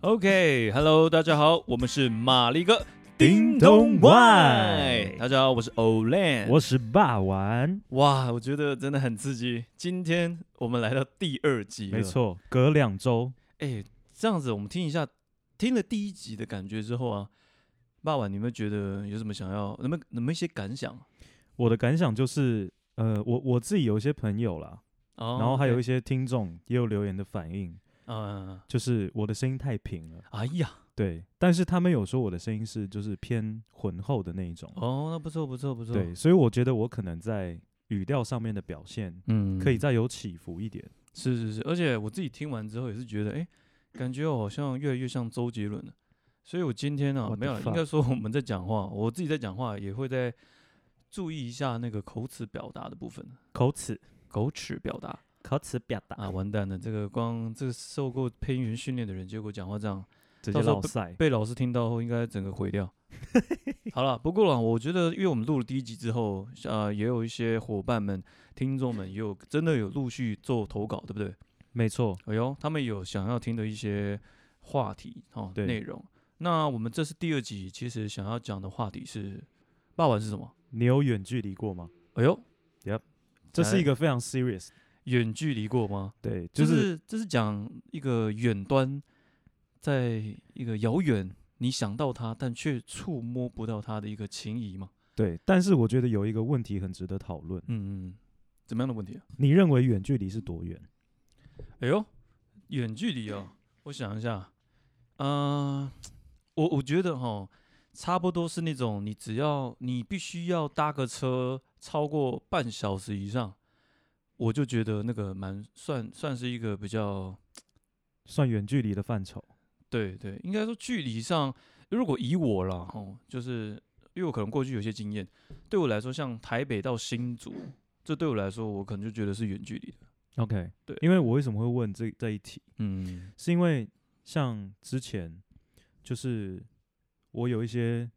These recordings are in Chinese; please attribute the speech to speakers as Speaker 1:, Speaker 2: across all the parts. Speaker 1: OK，Hello，、大家好，我们是马力哥
Speaker 2: 叮咚
Speaker 1: 外
Speaker 2: 外。
Speaker 1: 大家好，我是 Olan。
Speaker 2: 我是霸王，
Speaker 1: 哇，我觉得真的很刺激。今天我们来到第二集，
Speaker 2: 没。错，隔两周
Speaker 1: 哎，这样子我们听一下，听了第一集的感觉之后啊，爸爸，你们觉得有什么想要，能不能能不能一些感想？
Speaker 2: 我的感想就是，呃，我我自己有一些朋友啦，
Speaker 1: 哦
Speaker 2: 然后还有一
Speaker 1: ，OK，
Speaker 2: 些听众也有留言的反应，
Speaker 1: 嗯，
Speaker 2: 就是我的声音太平了，
Speaker 1: 哎呀，
Speaker 2: 对，但是他们有说我的声音是就是偏浑厚的那一种，
Speaker 1: 哦，那不错，不错，不错。
Speaker 2: 对，，所以我觉得我可能在语调上面的表现
Speaker 1: 嗯，
Speaker 2: 可以再有起伏一点，
Speaker 1: 是是是，而且我自己听完之后也是觉得，哎、感觉我好像越来越像周杰伦了。所以我今天啊，
Speaker 2: What
Speaker 1: 没有
Speaker 2: the
Speaker 1: 啦，应该说我们在讲话，我自己在讲话也会在注意一下那个口齿表达的部分，
Speaker 2: 口齿
Speaker 1: 口齿表达
Speaker 2: 口齿表达
Speaker 1: 啊，完蛋了，这个光这个受过配音员训练的人，结果讲话这样，
Speaker 2: 直
Speaker 1: 到
Speaker 2: 接
Speaker 1: 时候
Speaker 2: 落塞，
Speaker 1: 被老师听到后，应该整个毁掉。好了，不过了，我觉得，因为我们录了第一集之后，呃，也有一些伙伴们、听众们也有真的有陆续做投稿，对不对？
Speaker 2: 没错，
Speaker 1: 哎呦，他们有想要听的一些话题哦，
Speaker 2: 对
Speaker 1: 内容。那我们这是第二集，其实想要讲的话题是霸王是什么？
Speaker 2: 你有远距离过吗？
Speaker 1: 哎呦，
Speaker 2: 这
Speaker 1: 来
Speaker 2: 是一个非常 serious，
Speaker 1: 远距离过吗？
Speaker 2: 对，
Speaker 1: 哎就
Speaker 2: 就是
Speaker 1: 是这是讲一个远端，在一个遥远，你想到他，但却触摸不到他的一个情谊嘛。
Speaker 2: 对，但是我觉得有一个问题很值得讨论。啊
Speaker 1: 嗯嗯，怎么样的问题啊？
Speaker 2: 你认为远距离是多远？
Speaker 1: 哎呦，远距离哦，我想一下，嗯、我我觉得哈，差不多是那种你只要你必须要搭个车超过半小时以上，我就觉得那个蛮算算是一个比较
Speaker 2: 算远距离的范畴。
Speaker 1: 对对，应该说距离上，如果以我啦，吼，就是因为我可能过去有些经验，对我来说，像台北到新竹，这对我来说，我可能就觉得是远距离的。
Speaker 2: OK，
Speaker 1: 对
Speaker 2: 因为我为什么会问这这一题，
Speaker 1: 嗯
Speaker 2: 是因为像之前就是我有一些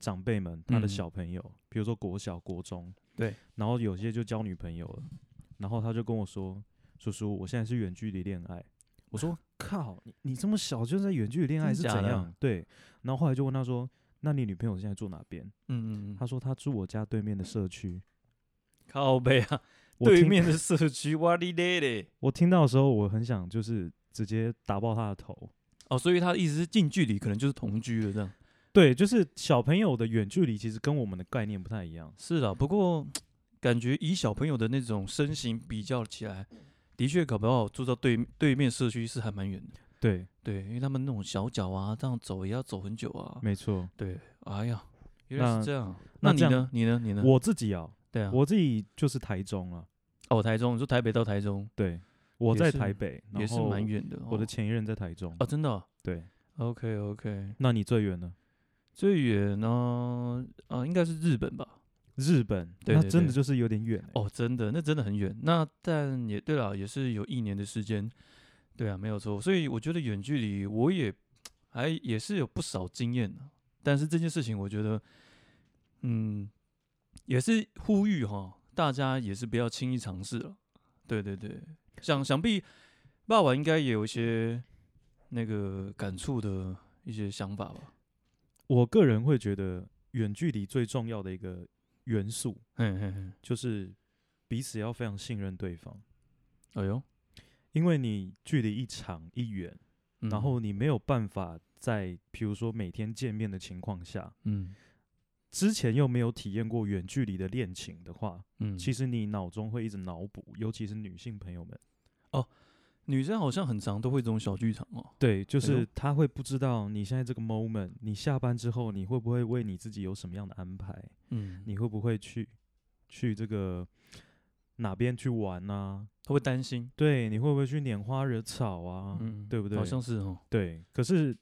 Speaker 2: 长辈们，他的
Speaker 1: 嗯
Speaker 2: 小朋友，比如说国小、国中，
Speaker 1: 对，
Speaker 2: 然后有些就交女朋友了，然后他就跟我说：“叔叔，我现在是远距离恋爱。”我说：“靠，你你这么小就在远距离恋爱
Speaker 1: 真
Speaker 2: 是
Speaker 1: 假
Speaker 2: 怎
Speaker 1: 的
Speaker 2: 样？”对，然后后来就问他说：“那你女朋友现在住哪边？”
Speaker 1: 嗯嗯
Speaker 2: 他，说：“她住我家对面的社区。”
Speaker 1: 靠北啊，
Speaker 2: 我
Speaker 1: 对
Speaker 2: 听
Speaker 1: 面的社区哇哩嘞嘞。
Speaker 2: 我听到的时候，我很想就是直接打爆他的头。
Speaker 1: 哦，所以他的意思是近距离可能就是同居了这样。
Speaker 2: 对，就是小朋友的远距离其实跟我们的概念不太一样。
Speaker 1: 是啊啦，不过感觉以小朋友的那种身形比较起来，的确搞不好住到对对面社区是还蛮远的。
Speaker 2: 对，
Speaker 1: 对，因为他们那种小脚啊，这样走也要走很久啊。
Speaker 2: 没错。
Speaker 1: 对，哎呀，原来
Speaker 2: 那
Speaker 1: 是这样。
Speaker 2: 那
Speaker 1: 你
Speaker 2: 这样
Speaker 1: 呢？你呢？你呢？
Speaker 2: 我自己啊，
Speaker 1: 对啊，
Speaker 2: 我自己就是台中啊。
Speaker 1: 哦，台中，你说台北到台中
Speaker 2: 对，我
Speaker 1: 也
Speaker 2: 在
Speaker 1: 是
Speaker 2: 台北，
Speaker 1: 也
Speaker 2: 然
Speaker 1: 是
Speaker 2: 后
Speaker 1: 蛮远的哦。
Speaker 2: 我的前一任在台中。
Speaker 1: 哦，真的哦、
Speaker 2: 对，
Speaker 1: OK OK，
Speaker 2: 那你最远呢？
Speaker 1: 最远呢、啊，应该是日本吧？
Speaker 2: 日本，
Speaker 1: 对
Speaker 2: 那
Speaker 1: 对
Speaker 2: 真的
Speaker 1: 对
Speaker 2: 就是有点远欸、
Speaker 1: 哦，真的，那真的很远。那但也对了，也是有一年的时间。对啊，没有错。所以我觉得远距离我也还也是有不少经验的，但是这件事情我觉得，嗯，也是呼吁哈，大家也是不要轻易尝试了。对对对，想想必爸爸应该也有一些那个感触的一些想法吧。
Speaker 2: 我个人会觉得远距离最重要的一个元素
Speaker 1: 嘿嘿嘿，
Speaker 2: 就是彼此要非常信任对方，
Speaker 1: 哎呦，
Speaker 2: 因为你距离一长一远。
Speaker 1: 嗯
Speaker 2: 然后你没有办法在比如说每天见面的情况下，
Speaker 1: 嗯
Speaker 2: 之前又没有体验过远距离的恋情的话，
Speaker 1: 嗯，
Speaker 2: 其实你脑中会一直脑补，尤其是女性朋友们，
Speaker 1: 女生好像很常都会这种小剧场哦。
Speaker 2: 对，就
Speaker 1: 哎呦
Speaker 2: 是她会不知道你现在这个 moment，你下班之后你会不会为你自己有什么样的安排，
Speaker 1: 嗯，
Speaker 2: 你会不会去去这个哪边去玩啊？
Speaker 1: 他会担心，
Speaker 2: 对，你会不会去拈花惹草啊？
Speaker 1: 嗯，
Speaker 2: 对不对
Speaker 1: 好像是哦。
Speaker 2: 对，可是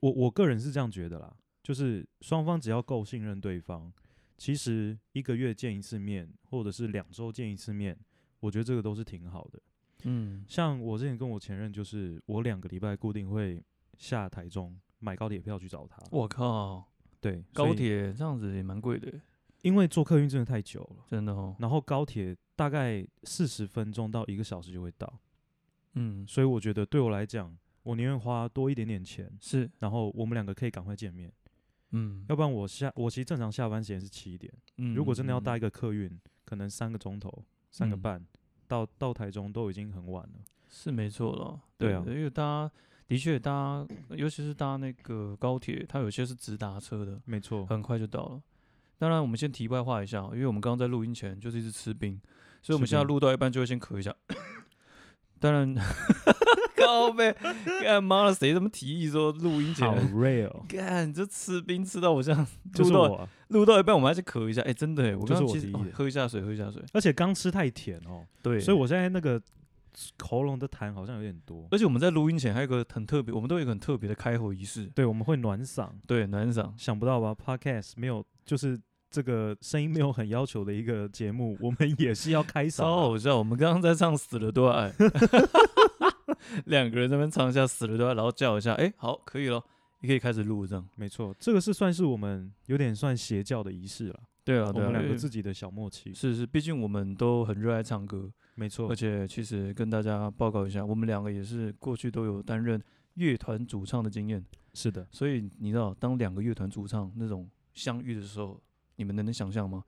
Speaker 2: 我我个人是这样觉得啦，就是双方只要够信任对方，其实一个月见一次面，或者是两周见一次面，我觉得这个都是挺好的。
Speaker 1: 嗯，
Speaker 2: 像我之前跟我前任，就是我两个礼拜固定会下台中买高铁票去找他。
Speaker 1: 我靠，
Speaker 2: 对，所
Speaker 1: 高
Speaker 2: 以
Speaker 1: 铁这样子也蛮贵的，
Speaker 2: 因为坐客运真的太久了，
Speaker 1: 真的哦。
Speaker 2: 然后高铁大概四十分钟到一个小时就会到，
Speaker 1: 嗯，
Speaker 2: 所以我觉得对我来讲，我宁愿花多一点点钱，
Speaker 1: 是，
Speaker 2: 然后我们两个可以赶快见面。
Speaker 1: 嗯，
Speaker 2: 要不然我下我其实正常下班时间是七点，如果真的要搭一
Speaker 1: 个，
Speaker 2: 个客运，可能三个钟头、三个
Speaker 1: 嗯
Speaker 2: 半，到到台中都已经很晚了。
Speaker 1: 是没错了，
Speaker 2: 对
Speaker 1: 对
Speaker 2: 啊
Speaker 1: 因为大家的确搭，尤其是搭那个高铁，它有些是直达车的，
Speaker 2: 没错，
Speaker 1: 很快就到了。当然，我们先题外话一下哦，因为我们刚刚在录音前就是一直吃冰，所以我们
Speaker 2: 吃
Speaker 1: 现在
Speaker 2: 冰
Speaker 1: 录到一半就会先咳一下。当 然， 高呗，干妈的谁他妈提议说录音
Speaker 2: 好
Speaker 1: 前？
Speaker 2: real，
Speaker 1: 干，这吃冰吃到我这样，
Speaker 2: 就是
Speaker 1: 录到
Speaker 2: 我啊，
Speaker 1: 录到一半我们还是咳一下。哎、真的哎，我
Speaker 2: 就
Speaker 1: 刚
Speaker 2: 是
Speaker 1: 刚
Speaker 2: 我
Speaker 1: 其实
Speaker 2: 提
Speaker 1: 哦
Speaker 2: 议的
Speaker 1: 喝一下水，喝一下水。
Speaker 2: 而且刚吃太甜哦，
Speaker 1: 对
Speaker 2: 所以我现在那个喉咙的痰好像有点多。
Speaker 1: 而且我们在录音前还有一个很特别，我们都有一个很特别的开喉仪式，
Speaker 2: 对，我们会暖嗓，
Speaker 1: 对，暖嗓。
Speaker 2: 想不到吧？Podcast 没有，就是这个声音没有很要求的一个节目，我们也是要开嗓
Speaker 1: 超
Speaker 2: 啊。
Speaker 1: 好笑！我们刚刚在唱《死了都要爱》， 两个人在那边唱一下《死了都要爱》，然后叫一下，哎、好，可以了，你可以开始录这样。
Speaker 2: 没错，这个是算是我们有点算邪教的仪式了，
Speaker 1: 对啊，
Speaker 2: 我
Speaker 1: 对啊，
Speaker 2: 们两
Speaker 1: 因
Speaker 2: 个
Speaker 1: 为
Speaker 2: 自己的嗯小默契。
Speaker 1: 是是，毕竟我们都很热爱唱歌，
Speaker 2: 没错
Speaker 1: 而，且其实跟大家报告一下，我们两个也是过去都有担任乐团主唱的经验，
Speaker 2: 是的，
Speaker 1: 所以你知道，当两个乐团主唱那种相遇的时候，你们能能想象吗？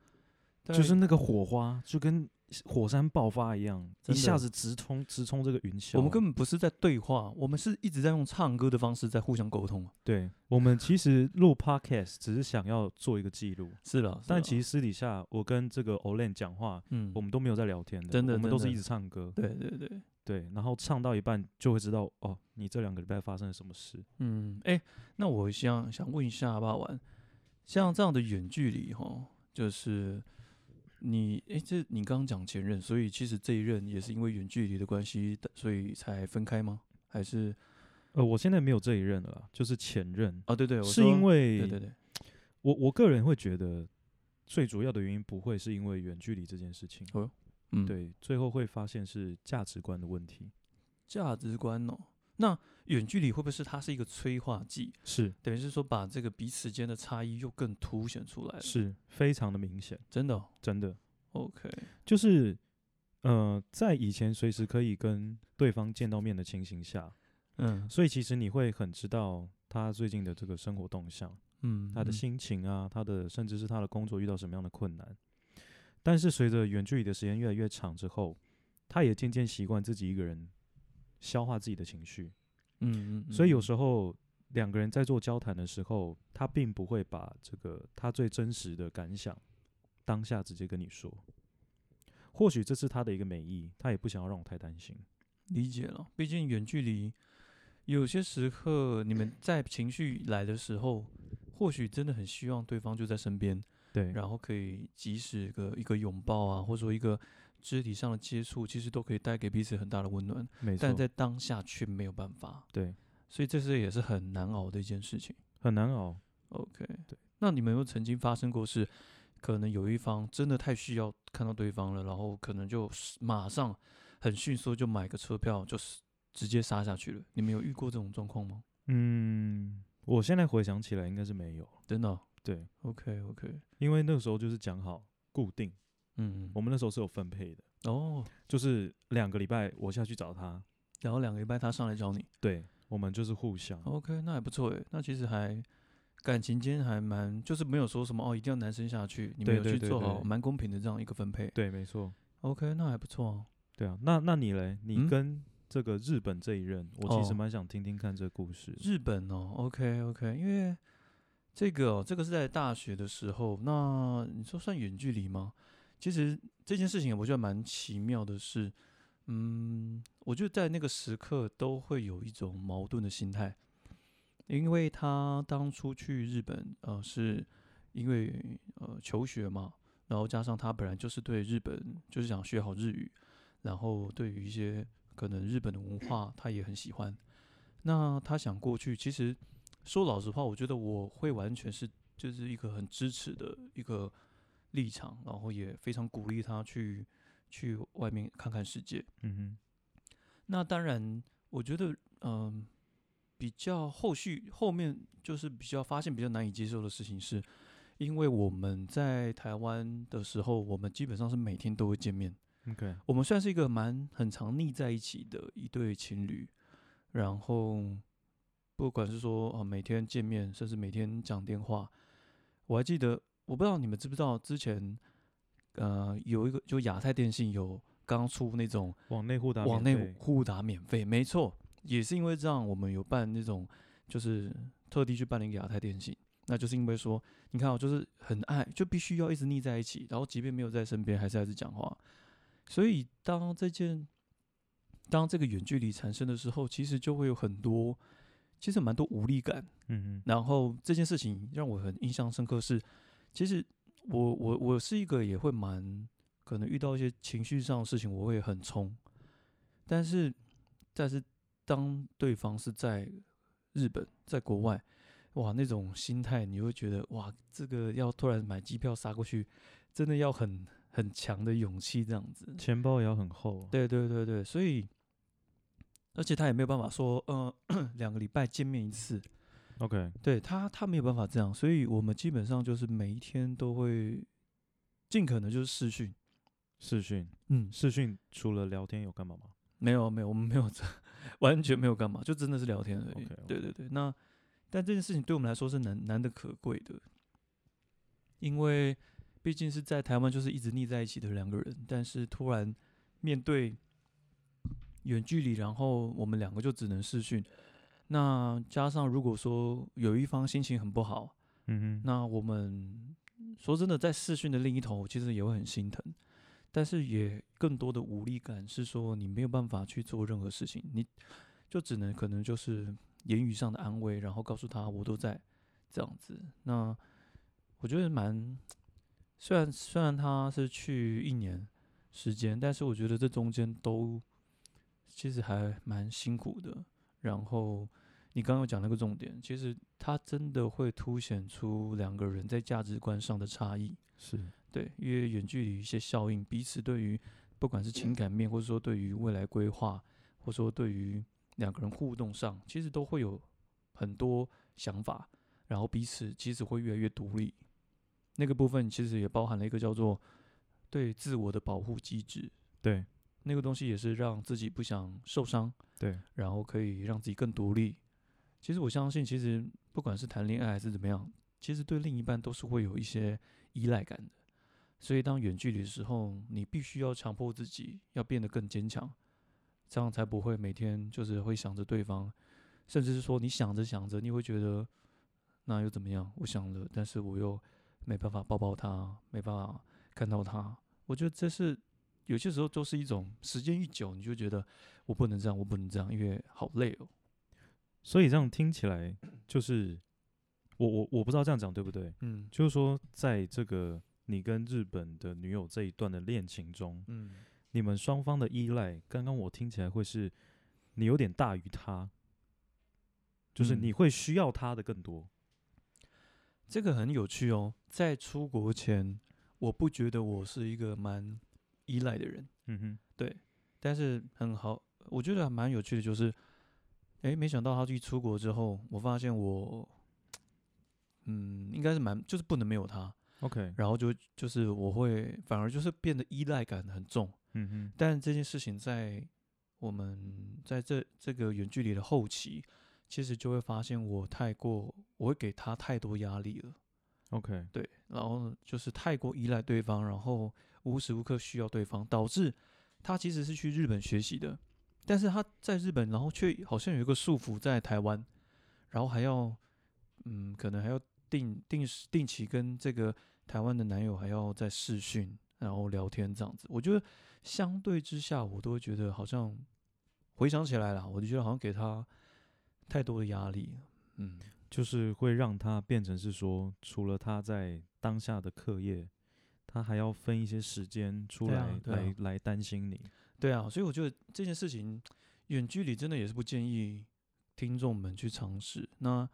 Speaker 1: 大
Speaker 2: 就
Speaker 1: 概
Speaker 2: 是那个火花，就跟火山爆发一样，一
Speaker 1: 真的
Speaker 2: 下子直冲直冲这个云霄。
Speaker 1: 我们根本不是在对话，我们是一直在用唱歌的方式在互相沟通啊。
Speaker 2: 对，我们其实录 Podcast 只是想要做一个记录，
Speaker 1: 是了，
Speaker 2: 但
Speaker 1: 实，
Speaker 2: 其实私底下我跟这个 Olen 讲话，
Speaker 1: 嗯
Speaker 2: 我，们都没有在聊天的，
Speaker 1: 真的
Speaker 2: 我们都
Speaker 1: 真
Speaker 2: 是
Speaker 1: 的
Speaker 2: 一直唱歌。
Speaker 1: 对对对。
Speaker 2: 对，然后唱到一半就会知道哦，你这两个礼拜发生了什么事。
Speaker 1: 嗯，哎、那我想想问一下霸王，像这样的远距离哈，就是你哎、这你刚刚讲前任，所以其实这一任也是因为远距离的关系，所以才分开吗？还是
Speaker 2: 呃，我现在没有这一任了啦，就是前任，
Speaker 1: 啊，对对，我
Speaker 2: 是
Speaker 1: 说
Speaker 2: 因为
Speaker 1: 对对对，
Speaker 2: 我我个人会觉得最主要的原因不会是因为远距离这件事情，
Speaker 1: 嗯，
Speaker 2: 对，最后会发现是价值观的问题。
Speaker 1: 价值观哦。那远距离会不会是它是一个催化剂，
Speaker 2: 是
Speaker 1: 等于是说把这个彼此间的差异又更凸显出来了？，
Speaker 2: 是呃非常的明显，
Speaker 1: 真的、哦。
Speaker 2: 真的
Speaker 1: OK，
Speaker 2: 就是呃，在以前随时可以跟对方见到面的情形下，
Speaker 1: 嗯
Speaker 2: 所以其实你会很知道他最近的这个生活动向。
Speaker 1: 嗯，
Speaker 2: 他的
Speaker 1: 嗯，
Speaker 2: 心情啊，他的甚至是他的工作遇到什么样的困难。但是随着远距离的时间越来越长之后，他也渐渐习惯自己一个人消化自己的情绪，
Speaker 1: 嗯嗯，
Speaker 2: 所以有
Speaker 1: 嗯
Speaker 2: 时候两个人在做交谈的时候，他并不会把这个他最真实的感想当下直接跟你说。或许这是他的一个美意，他也不想要让我太担心。
Speaker 1: 理解了，毕竟远距离有些时刻，你们在情绪来的时候，或许真的很希望对方就在身边，
Speaker 2: 对，
Speaker 1: 然后可以及时个一个拥抱啊，或者说一个肢体上的接触，其实都可以带给彼此很大的温暖，
Speaker 2: 没错
Speaker 1: 但，在当下却没有办法，
Speaker 2: 对，
Speaker 1: 所以这是也是很难熬的一件事情。
Speaker 2: 很难熬。
Speaker 1: OK，
Speaker 2: 对，
Speaker 1: 那你们有没有曾经发生过是，可能有一方真的太需要看到对方了，然后可能就是马上很迅速就买个车票，就是直接杀下去了？你们有遇过这种状况吗？
Speaker 2: 嗯，我现在回想起来，应该是没有。
Speaker 1: 真的哦、
Speaker 2: 对，
Speaker 1: o k OK，
Speaker 2: 因为那时候就是讲好固定，
Speaker 1: 嗯，
Speaker 2: 我们那时候是有分配的，
Speaker 1: 哦，
Speaker 2: 就是两个礼拜我下去找他，
Speaker 1: 然后两个礼拜他上来找你
Speaker 2: 对我们就是互相，
Speaker 1: 哦，OK，那还不错诶，那其实还感情间还蛮，就是没有说什么哦，一定要男生下去，你们
Speaker 2: 对
Speaker 1: 有
Speaker 2: 对
Speaker 1: 去
Speaker 2: 对
Speaker 1: 做
Speaker 2: 对
Speaker 1: 好蛮公平的这样一个分配
Speaker 2: 对，没错，
Speaker 1: ，OK，那还不错哦。
Speaker 2: 对啊，那那你嘞，你
Speaker 1: 嗯
Speaker 2: 跟这个日本这一任，我其实
Speaker 1: 哦
Speaker 2: 蛮想听听看这个故事，
Speaker 1: 日本哦，OK OK，因为这个哦，这个是在大学的时候，那你说算远距离吗？其实这件事情我觉得蛮奇妙的是，嗯，我觉得在那个时刻都会有一种矛盾的心态，因为他当初去日本，呃，是因为呃求学嘛，然后加上他本来就是对日本就是想学好日语，然后对于一些可能日本的文化他也很喜欢，那他想过去，其实说老实话，我觉得我会完全是就是一个很支持的一个立场，然后也非常鼓励他去去外面看看世界。
Speaker 2: 嗯
Speaker 1: 那当然，我觉得嗯、比较后续后面就是比较发现比较难以接受的事情是，因为我们在台湾的时候，我们基本上是每天都会见面。
Speaker 2: 哼，OK，
Speaker 1: 我们算是一个蛮很常腻在一起的一对情侣。然后不管是说啊每天见面，甚至每天讲电话，我还记得，我不知道你们知不知道，之前呃有一个就亚太电信有刚出那种
Speaker 2: 往内互打嗯免
Speaker 1: 往
Speaker 2: 费，
Speaker 1: 内互打免费，没错，也是因为这样，我们有办那种就是特地去办了一个亚太电信，那就是因为说，你看哦，就是很爱，就必须要一直腻在一起，然后即便没有在身边，还是还是讲话，所以当这件当这个远距离产生的时候，其实就会有很多，其实蛮多无力感。
Speaker 2: 嗯嗯，
Speaker 1: 然后这件事情让我很印象深刻是，其实我我我是一个也会蛮可能遇到一些情绪上的事情，我会很冲，但是但是当对方是在日本，在国外，哇，那种心态你会觉得哇，这个要突然买机票杀过去，真的要很很强的勇气这样子。
Speaker 2: 钱包也要很厚、啊，
Speaker 1: 对对对对，所以而且他也没有办法说，呃， 两个礼拜见面一次，
Speaker 2: ，OK，
Speaker 1: 对他，他没有办法这样，所以我们基本上就是每一天都会尽可能就是视讯。
Speaker 2: 视讯，
Speaker 1: 嗯，
Speaker 2: 视讯除了聊天有干嘛吗？
Speaker 1: 没有没有，我们没有这，完全没有干嘛，就真的是聊天而已。
Speaker 2: OK，OK
Speaker 1: 对对对，那但这件事情对我们来说是难难得可贵的，因为毕竟是在台湾就是一直腻在一起的两个人，但是突然面对远距离，然后我们两个就只能视讯。那加上如果说有一方心情很不好，
Speaker 2: 嗯哼，
Speaker 1: 那我们说真的，在视讯的另一头，其实也会很心疼，但是也更多的无力感是说你没有办法去做任何事情，你就只能可能就是言语上的安慰，然后告诉他我都在这样子。那我觉得蛮，虽然虽然他是去一年时间，但是我觉得这中间都其实还蛮辛苦的。然后你刚刚有讲那个重点，其实它真的会凸显出两个人在价值观上的差异。
Speaker 2: 是，
Speaker 1: 对，因为远距离一些效应，彼此对于不管是情感面，或者说对于未来规划，或者说对于两个人互动上，其实都会有很多想法，然后彼此其实会越来越独立。那个部分其实也包含了一个叫做对自我的保护机制，
Speaker 2: 对
Speaker 1: 那个东西也是让自己不想受伤，
Speaker 2: 对，
Speaker 1: 然后可以让自己更独立。其实我相信，其实不管是谈恋爱还是怎么样，其实对另一半都是会有一些依赖感的。所以当远距离的时候，你必须要强迫自己要变得更坚强，这样才不会每天就是会想着对方，甚至是说你想着想着，你会觉得那又怎么样？我想了，但是我又没办法抱抱他，没办法看到他。我觉得这是有些时候都是一种时间一久，你就觉得我不能这样，我不能这样，因为好累哦。
Speaker 2: 所以这样听起来就是，我我我不知道这样讲对不对，
Speaker 1: 嗯
Speaker 2: 就是说在这个你跟日本的女友这一段的恋情中，
Speaker 1: 嗯，
Speaker 2: 你们双方的依赖，刚刚我听起来会是，你有点大于他，就是
Speaker 1: 嗯
Speaker 2: 你会需要他的更多。
Speaker 1: 这个很有趣哦。在出国前，我不觉得我是一个蛮依赖的人，
Speaker 2: 嗯哼，
Speaker 1: 但是很好，我觉得还蛮有趣的，就是，诶，没想到他去出国之后，我发现我，嗯，应该是蛮就是不能没有他，
Speaker 2: OK，
Speaker 1: 然后就就是我会反而就是变得依赖感很重。
Speaker 2: 嗯哼，
Speaker 1: 但这件事情在我们在这这个远距离的后期，其实就会发现我太过，我会给他太多压力了，
Speaker 2: ，OK，
Speaker 1: 对，然后就是太过依赖对方，然后无时无刻需要对方，导致他其实是去日本学习的，但是他在日本，然后却好像有一个束缚在台湾，然后还要，嗯，可能还要定定时定期跟这个台湾的男友还要在视讯，然后聊天这样子。我觉得相对之下，我都会觉得好像回想起来了，我就觉得好像给他太多的压力了。嗯，
Speaker 2: 就是会让他变成是说，除了他在当下的课业，他还要分一些时间出
Speaker 1: 对
Speaker 2: 来、
Speaker 1: 啊对啊
Speaker 2: 来来担心你。
Speaker 1: 对啊，所以我觉得这件事情远距离真的也是不建议听众们去尝试。那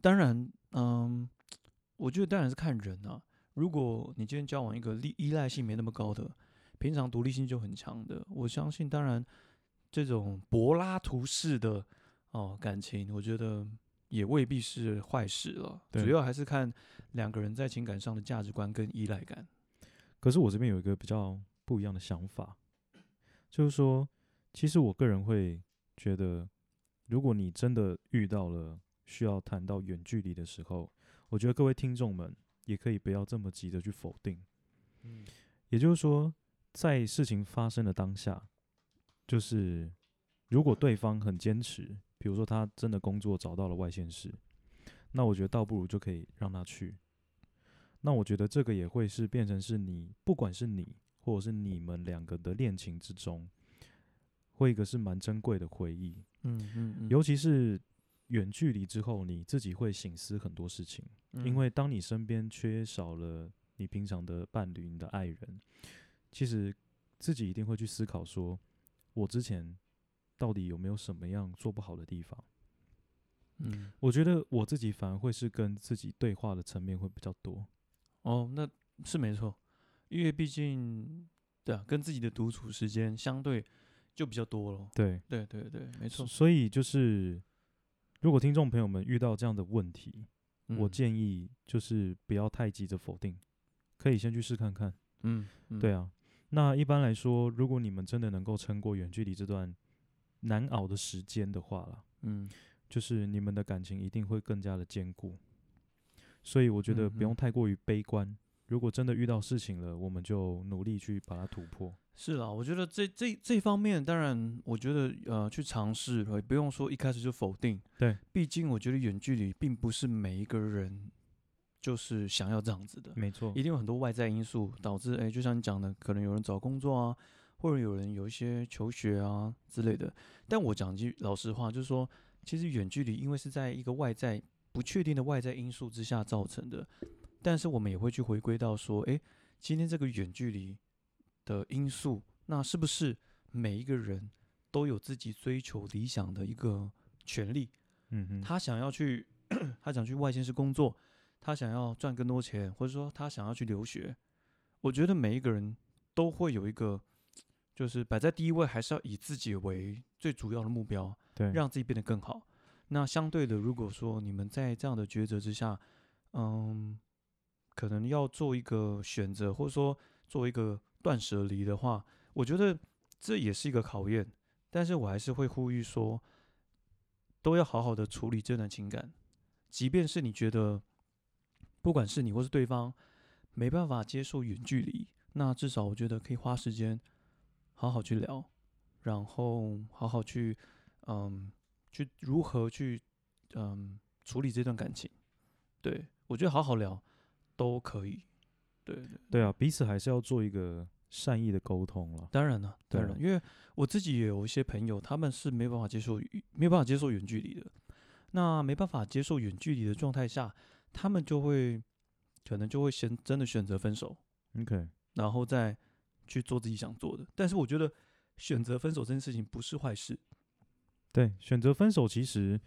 Speaker 1: 当然，嗯，我觉得当然是看人啊。如果你今天交往一个依依赖性没那么高的，平常独立性就很强的，我相信，当然这种柏拉图式的哦感情，我觉得也未必是坏事了。
Speaker 2: 对
Speaker 1: 主要还是看两个人在情感上的价值观跟依赖感。
Speaker 2: 可是我这边有一个比较不一样的想法，就是说，其实我个人会觉得，如果你真的遇到了需要谈到远距离的时候，我觉得各位听众们也可以不要这么急着去否定。
Speaker 1: 嗯
Speaker 2: 也就是说，在事情发生的当下，就是如果对方很坚持，比如说他真的工作找到了外县市，那我觉得倒不如就可以让他去。那我觉得这个也会是变成是你，不管是你或者是你们两个的恋情之中，会一个是蛮珍贵的回忆。
Speaker 1: 嗯嗯嗯，
Speaker 2: 尤其是远距离之后，你自己会醒思很多事情，
Speaker 1: 嗯
Speaker 2: 因为当你身边缺少了你平常的伴侣、你的爱人，其实自己一定会去思考说，我之前到底有没有什么样做不好的地方？
Speaker 1: 嗯
Speaker 2: 我觉得我自己反而会是跟自己对话的层面会比较多。
Speaker 1: 哦，那是没错，因为毕竟对啊，跟自己的独处时间相对就比较多了。
Speaker 2: 对，
Speaker 1: 对对对，没错。
Speaker 2: 所以就是，如果听众朋友们遇到这样的问题，我
Speaker 1: 嗯
Speaker 2: 建议就是不要太急着否定，可以先去试看看。
Speaker 1: 嗯，嗯
Speaker 2: 对，啊，那一般来说，如果你们真的能够撑过远距离这段难熬的时间的话啦，
Speaker 1: 嗯
Speaker 2: 就是你们的感情一定会更加的坚固。所以我觉得不用
Speaker 1: 嗯哼
Speaker 2: 太过于悲观。如果真的遇到事情了，我们就努力去把它突破。
Speaker 1: 是啦，我觉得这这这方面，当然，我觉得呃，去尝试，呃不用说一开始就否定。
Speaker 2: 对，
Speaker 1: 毕竟我觉得远距离并不是每一个人就是想要这样子的，
Speaker 2: 没错
Speaker 1: 嗯一定有很多外在因素导致。哎，就像你讲的，可能有人找工作啊，或者有人有一些求学啊之类的。但我讲句老实话，就是说，其实远距离因为是在一个外在不确定的外在因素之下造成的，但是我们也会去回归到说，哎，今天这个远距离的因素，那是不是每一个人都有自己追求理想的一个权利？
Speaker 2: 嗯哼，
Speaker 1: 他想要去， 他想去外县市工作，他想要赚更多钱，或者说他想要去留学。我觉得每一个人都会有一个，就是摆在第一位，还是要以自己为最主要的目标，
Speaker 2: 对，
Speaker 1: 让自己变得更好。那相对的，如果说你们在这样的抉择之下，嗯，可能要做一个选择，或者说做一个断舍离的话，我觉得这也是一个考验。但是我还是会呼吁说，都要好好的处理这段情感，即便是你觉得，不管是你或是对方没办法接受远距离，那至少我觉得可以花时间好好去聊，然后好好去，嗯，去如何去，嗯，处理这段感情。对我觉得好好聊都可以。对对，
Speaker 2: 对啊，彼此还是要做一个善意的沟通了。
Speaker 1: 当然了，
Speaker 2: 对
Speaker 1: 当然
Speaker 2: 啊，
Speaker 1: 因为我自己也有一些朋友，他们是没办法接受与没办法接受远距离的。那没办法接受远距离的状态下，他们就会可能就会先真的选择分手，
Speaker 2: OK，
Speaker 1: 然后再去做自己想做的。但是我觉得选择分手这件事情不是坏事。
Speaker 2: 对，选择分手其实，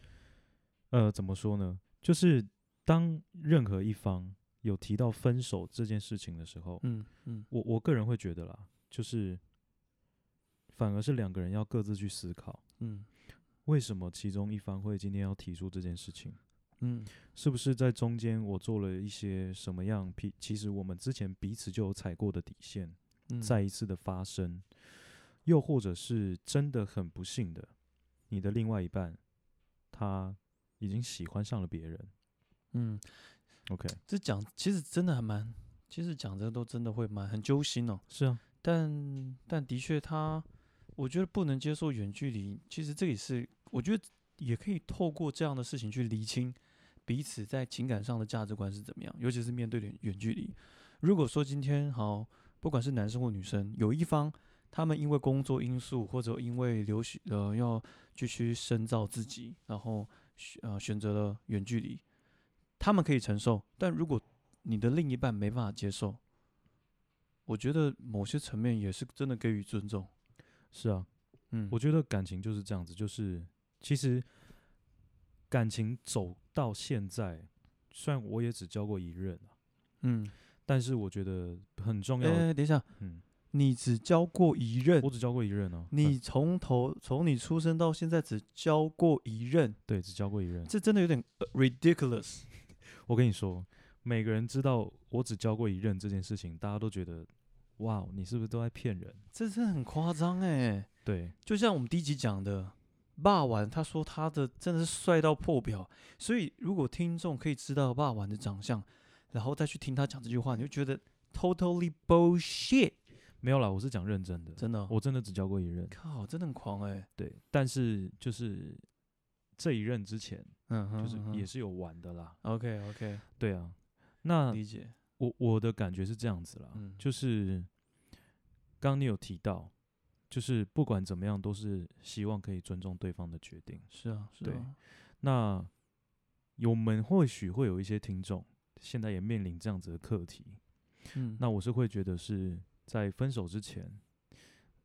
Speaker 2: 呃，怎么说呢？就是当任何一方有提到分手这件事情的时候，
Speaker 1: 嗯嗯
Speaker 2: 我我个人会觉得啦，就是反而是两个人要各自去思考，
Speaker 1: 嗯
Speaker 2: 为什么其中一方会今天要提出这件事情，
Speaker 1: 嗯
Speaker 2: 是不是在中间我做了一些什么样其其实我们之前彼此就有踩过的底线，
Speaker 1: 嗯，
Speaker 2: 再一次的发生，又或者是真的很不幸的，你的另外一半他已经喜欢上了别人
Speaker 1: 嗯，
Speaker 2: ，OK，
Speaker 1: 这讲其实真的还蛮，其实讲这都真的会蛮很揪心哦。
Speaker 2: 是啊，
Speaker 1: 但但的确他，我觉得不能接受远距离。其实这也是，我觉得也可以透过这样的事情去厘清彼此在情感上的价值观是怎么样，尤其是面对远远距离。如果说今天好，不管是男生或女生，有一方他们因为工作因素或者因为留学呃要继续深造自己，然后选呃选择了远距离，他们可以承受。但如果你的另一半没办法接受，我觉得某些层面也是真的给予尊重。
Speaker 2: 是啊，
Speaker 1: 嗯，
Speaker 2: 我觉得感情就是这样子，就是其实感情走到现在，虽然我也只交过一任啊，
Speaker 1: 嗯，
Speaker 2: 但是我觉得很重
Speaker 1: 哎、
Speaker 2: 要的，
Speaker 1: 等一下，
Speaker 2: 嗯，
Speaker 1: 你只交过一任
Speaker 2: 我，只交过一任哦、
Speaker 1: 你
Speaker 2: 嗯
Speaker 1: 从头从你出生到现在只交过一任，
Speaker 2: 对只交过一任，
Speaker 1: 这真的有点呃 ridiculous。
Speaker 2: 我跟你说，每个人知道我只交过一任这件事情，大家都觉得哇，你是不是都在骗人？
Speaker 1: 这真的很夸张哎！
Speaker 2: 对
Speaker 1: 就像我们第一集讲的，霸王他说他的真的是帅到破表，所以如果听众可以知道霸王的长相，然后再去听他讲这句话，你就觉得 totally bullshit，
Speaker 2: 没有啦，我是讲认真的，
Speaker 1: 真的哦、
Speaker 2: 我真的只教过一任，
Speaker 1: 靠，真的很狂哎、
Speaker 2: 对，但是就是这一任之前，
Speaker 1: 嗯哼，
Speaker 2: 就是也
Speaker 1: 是
Speaker 2: 是有玩的啦，
Speaker 1: OK OK，
Speaker 2: 对啊，那
Speaker 1: 理解，
Speaker 2: 我我的感觉是这样子啦，
Speaker 1: 嗯
Speaker 2: 就是刚刚你有提到，就是不管怎么样都是希望可以尊重对方的决定。
Speaker 1: 是啊，是
Speaker 2: 对
Speaker 1: 啊，
Speaker 2: 那我们或许会有一些听众现在也面临这样子的课题，
Speaker 1: 嗯，
Speaker 2: 那我是会觉得是在分手之前，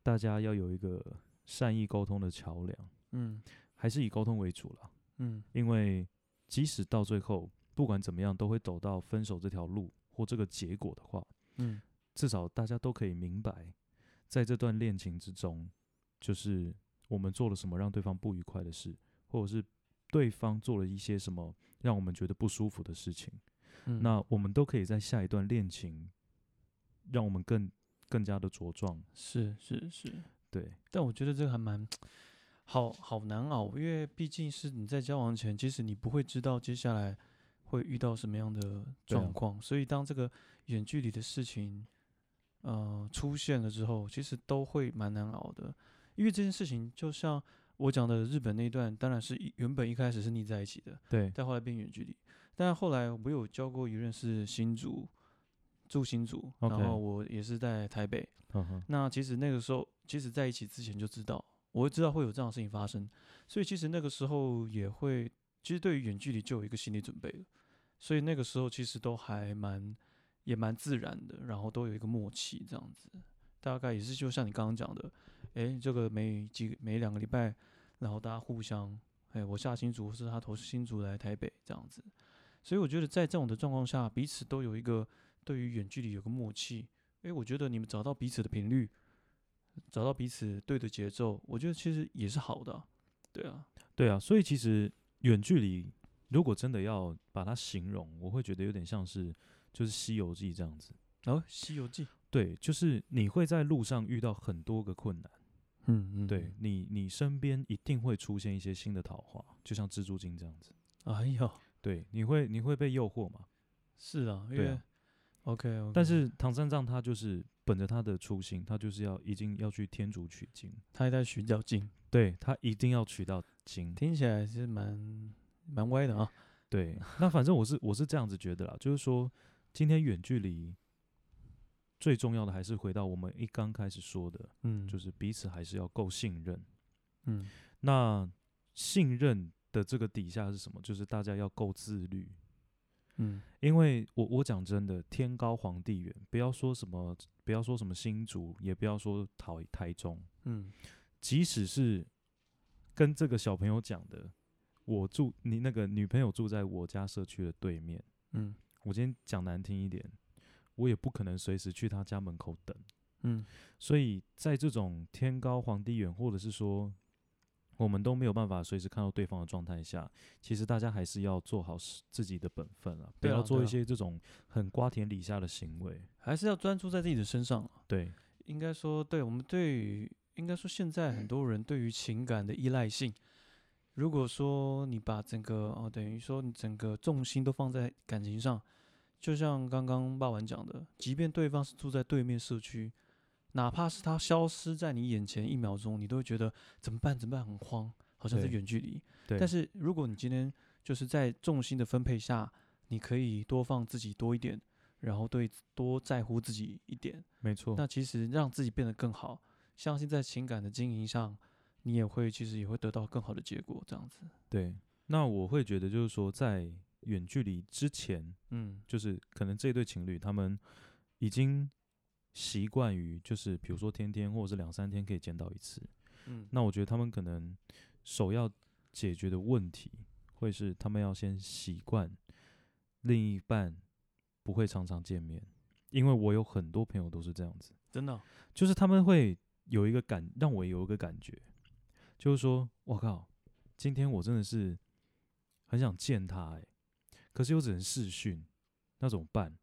Speaker 2: 大家要有一个善意沟通的桥梁，
Speaker 1: 嗯
Speaker 2: 还是以沟通为主啦，
Speaker 1: 嗯
Speaker 2: 因为即使到最后不管怎么样都会走到分手这条路或这个结果的话，
Speaker 1: 嗯
Speaker 2: 至少大家都可以明白，在这段恋情之中，就是我们做了什么让对方不愉快的事，或者是对方做了一些什么让我们觉得不舒服的事情，
Speaker 1: 嗯，
Speaker 2: 那我们都可以在下一段恋情，让我们更更加的茁壮。
Speaker 1: 是是是，
Speaker 2: 对，
Speaker 1: 但我觉得这个还蛮好好难熬，因为毕竟是你在交往前，其实你不会知道接下来会遇到什么样的
Speaker 2: 对啊
Speaker 1: 状况，所以当这个远距离的事情呃出现了之后，其实都会蛮难熬的，因为这件事情就像我讲的日本那一段，当然是一原本一开始是腻在一起的，
Speaker 2: 对，
Speaker 1: 但后来变远距离，但后来我有交过一任是新竹。住新竹然
Speaker 2: OK
Speaker 1: 后我也是在台北，
Speaker 2: 嗯哼，
Speaker 1: 那其实那个时候，其实在一起之前就知道，我会知道会有这样的事情发生，所以其实那个时候也会，其实对于远距离就有一个心理准备了，所以那个时候其实都还蛮也蛮自然的，然后都有一个默契这样子，大概也是就像你刚刚讲的，诶，这个每几每两个礼拜，然后大家互相，诶，我下新竹或是他投新竹来台北这样子，所以我觉得在这种的状况下，彼此都有一个对于远距离有个默契，诶，我觉得你们找到彼此的频率，找到彼此对的节奏，我觉得其实也是好的啊、对啊，
Speaker 2: 对啊，所以其实远距离如果真的要把它形容，我会觉得有点像是就是《西游记》这样子。
Speaker 1: 然后《西游记》，
Speaker 2: 对，就是你会在路上遇到很多个困难。
Speaker 1: 嗯嗯
Speaker 2: 对，你，你身边一定会出现一些新的桃花，就像蜘蛛精这样子。
Speaker 1: 哎呦，
Speaker 2: 对，你会你会被诱惑嘛？
Speaker 1: 是啊，因
Speaker 2: 对
Speaker 1: 为、
Speaker 2: 啊
Speaker 1: OK，, o k
Speaker 2: 但是唐三藏他就是本着他的初心，他就是要一定要去天竺取经，
Speaker 1: 他还在寻找经，
Speaker 2: 对他一定要取到经。
Speaker 1: 听起来是蛮蛮歪的啊，
Speaker 2: 对，那反正我是我是这样子觉得啦，就是说今天远距离最重要的还是回到我们一刚开始说的，
Speaker 1: 嗯，
Speaker 2: 就是是彼此还是要够信任。
Speaker 1: 嗯
Speaker 2: 那信任的这个底下是什么？就是大家要够自律，
Speaker 1: 嗯
Speaker 2: 因为我我讲真的，天高皇帝远，不要说什么，不要说什么新竹，也不要说台台中，
Speaker 1: 嗯
Speaker 2: 即使是跟这个小朋友讲的，我住你那个女朋友住在我家社区的对面，
Speaker 1: 嗯
Speaker 2: 我今天讲难听一点，我也不可能随时去她家门口等，
Speaker 1: 嗯
Speaker 2: 所以在这种天高皇帝远，或者是说我们都没有办法随时看到对方的状态下，其实大家还是要做好是自己的本分啊，不
Speaker 1: 对啊
Speaker 2: 要做
Speaker 1: 对
Speaker 2: 一
Speaker 1: 啊
Speaker 2: 些这种很瓜田李下的行为。
Speaker 1: 还是要专注在自己的身上啊、
Speaker 2: 对
Speaker 1: 应该说，对我们对于应该说现
Speaker 2: 嗯
Speaker 1: 在很多人对于情感的依赖性，如果说你把整个哦，等于说你整个重心都放在感情上，就像刚刚霸王讲的，即便对方是住在对面社区，哪怕是他消失在你眼前一秒钟，你都会觉得怎么办？怎么办？很慌，好像是
Speaker 2: 对
Speaker 1: 远距离。
Speaker 2: 对，
Speaker 1: 但是如果你今天就是在重心的分配下，你可以多放自己多一点，然后对多在乎自己一点。
Speaker 2: 没错，
Speaker 1: 那其实让自己变得更好，相信在情感的经营上，你也会其实也会得到更好的结果，这样子。
Speaker 2: 对。那我会觉得就是说，在远距离之前，
Speaker 1: 嗯
Speaker 2: 就是可能这对情侣他们已经习惯于，就是比如说天天或者是两三天可以见到一次。
Speaker 1: 嗯
Speaker 2: 那我觉得他们可能首要解决的问题，会是他们要先习惯另一半不会常常见面，因为我有很多朋友都是这样子，
Speaker 1: 真的哦、
Speaker 2: 就是他们会有一个感，让我有一个感觉，就是说我靠，今天我真的是很想见他、欸，可是又只能视讯，那怎么办？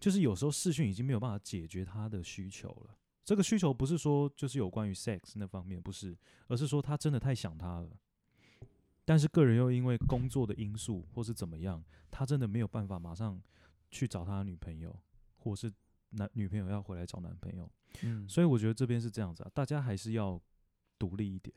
Speaker 2: 就是有时候视讯已经没有办法解决他的需求了，这个需求不是说就是有关于 sex 那方面，不是，而是说他真的太想他了，但是个人又因为工作的因素或是怎么样，他真的没有办法马上去找他的女朋友，或是男女朋友要回来找男朋友，
Speaker 1: 嗯，
Speaker 2: 所以我觉得这边是这样子啊，大家还是要独立一点。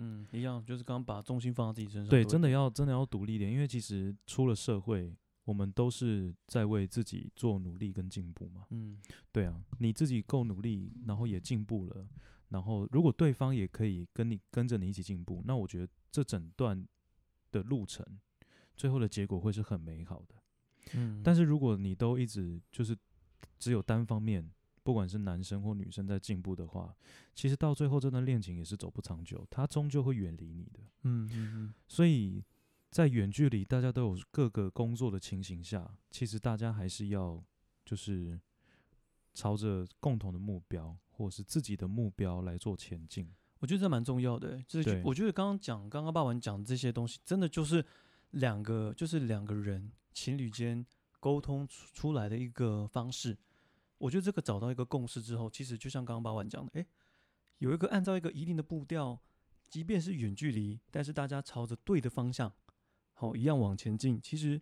Speaker 1: 嗯一样，就是刚刚把重心放在自己身上。
Speaker 2: 对，真的要真的要独立一点，因为其实出了社会，我们都是在为自己做努力跟进步嘛。
Speaker 1: 嗯，
Speaker 2: 对啊，你自己够努力，然后也进步了，然后如果对方也可以跟你跟着你一起进步，那我觉得这整段的路程，最后的结果会是很美好的。
Speaker 1: 嗯，
Speaker 2: 但
Speaker 1: 是
Speaker 2: 是如果你都一直就是只有单方面，不管是男生或女生在进步的话，其实到最后这段恋情也是走不长久，它终究会远离你的。
Speaker 1: 嗯嗯
Speaker 2: 所以在远距离，大家都有各个工作的情形下，其实大家还是要就是朝着共同的目标或是自己的目标来做前进。
Speaker 1: 嗯，我觉得这蛮重要的欸、这就
Speaker 2: 对
Speaker 1: 我觉得刚刚讲，刚刚爸爸讲这些东西，真的就是两个，就是两个人情侣间沟通出出来的一个方式。我觉得这个找到一个共识之后，其实就像刚刚爸爸讲的，哎、有一个按照一个一定的步调，即便是远距离，但是大家朝着对的方向，好、一样往前进，其实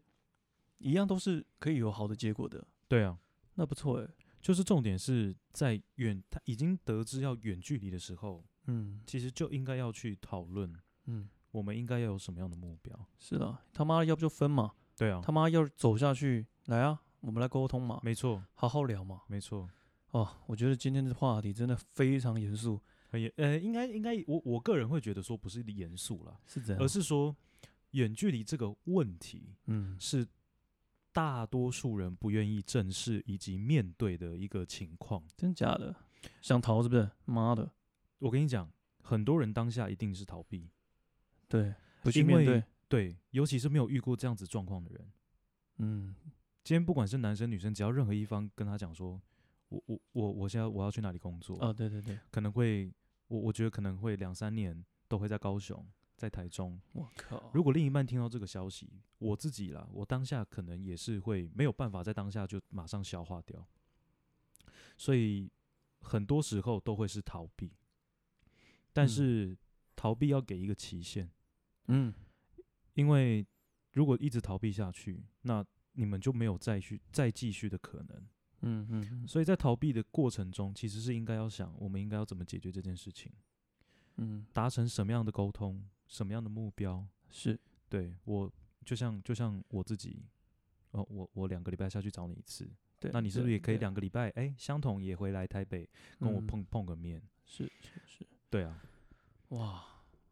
Speaker 1: 一样都是可以有好的结果的。
Speaker 2: 对啊，
Speaker 1: 那不错哎、
Speaker 2: 就是重点是在远，他已经得知要远距离的时候，
Speaker 1: 嗯
Speaker 2: 其实就应该要去讨论，
Speaker 1: 嗯，
Speaker 2: 我们应该要有什么样的目标。
Speaker 1: 是啊，他妈要不就分嘛，
Speaker 2: 对啊，
Speaker 1: 他妈要走下去，来啊，我们来沟通嘛，
Speaker 2: 没错，
Speaker 1: 好好聊嘛。
Speaker 2: 没错。
Speaker 1: 哦，我觉得今天的话题真的非常严肃，
Speaker 2: 很严，呃，应该应该，我我个人会觉得说不是严肃啦，
Speaker 1: 是这样，
Speaker 2: 而是说远距离这个问题，
Speaker 1: 嗯
Speaker 2: 是大多数人不愿意正视以及面对的一个情况。
Speaker 1: 真假的，想逃是不是？妈的，
Speaker 2: 我跟你讲，很多人当下一定是逃避，
Speaker 1: 对，不去
Speaker 2: 因
Speaker 1: 面
Speaker 2: 为
Speaker 1: 对，
Speaker 2: 对，尤其是没有遇过这样子状况的人。
Speaker 1: 嗯
Speaker 2: 今天不管是男生女生，只要任何一方跟他讲说，我我我我现在我要去哪里工作，
Speaker 1: 啊，对对对，
Speaker 2: 可能会我我觉得可能会两三年都会在高雄，在台中。
Speaker 1: 我靠，
Speaker 2: 如果另一半听到这个消息，我自己啦，我当下可能也是会没有办法在当下就马上消化掉，所以很多时候都会是逃避，但
Speaker 1: 嗯
Speaker 2: 是逃避要给一个期限，
Speaker 1: 嗯
Speaker 2: 因为如果一直逃避下去，那你们就没有再去再继续的可能。
Speaker 1: 嗯嗯嗯
Speaker 2: 所以在逃避的过程中，其实是应该要想，我们应该要怎么解决这件事情，
Speaker 1: 嗯，
Speaker 2: 达成什么样的沟通，什么样的目标，
Speaker 1: 是，
Speaker 2: 对我就像就像我自己，哦，我我两个礼拜下去找你一次，
Speaker 1: 对，
Speaker 2: 那你是不
Speaker 1: 对
Speaker 2: 是也可以
Speaker 1: 对
Speaker 2: 两个礼拜，哎，相同也回来台北跟我
Speaker 1: 嗯
Speaker 2: 碰、碰个面？
Speaker 1: 是是是，
Speaker 2: 对啊，
Speaker 1: 哇，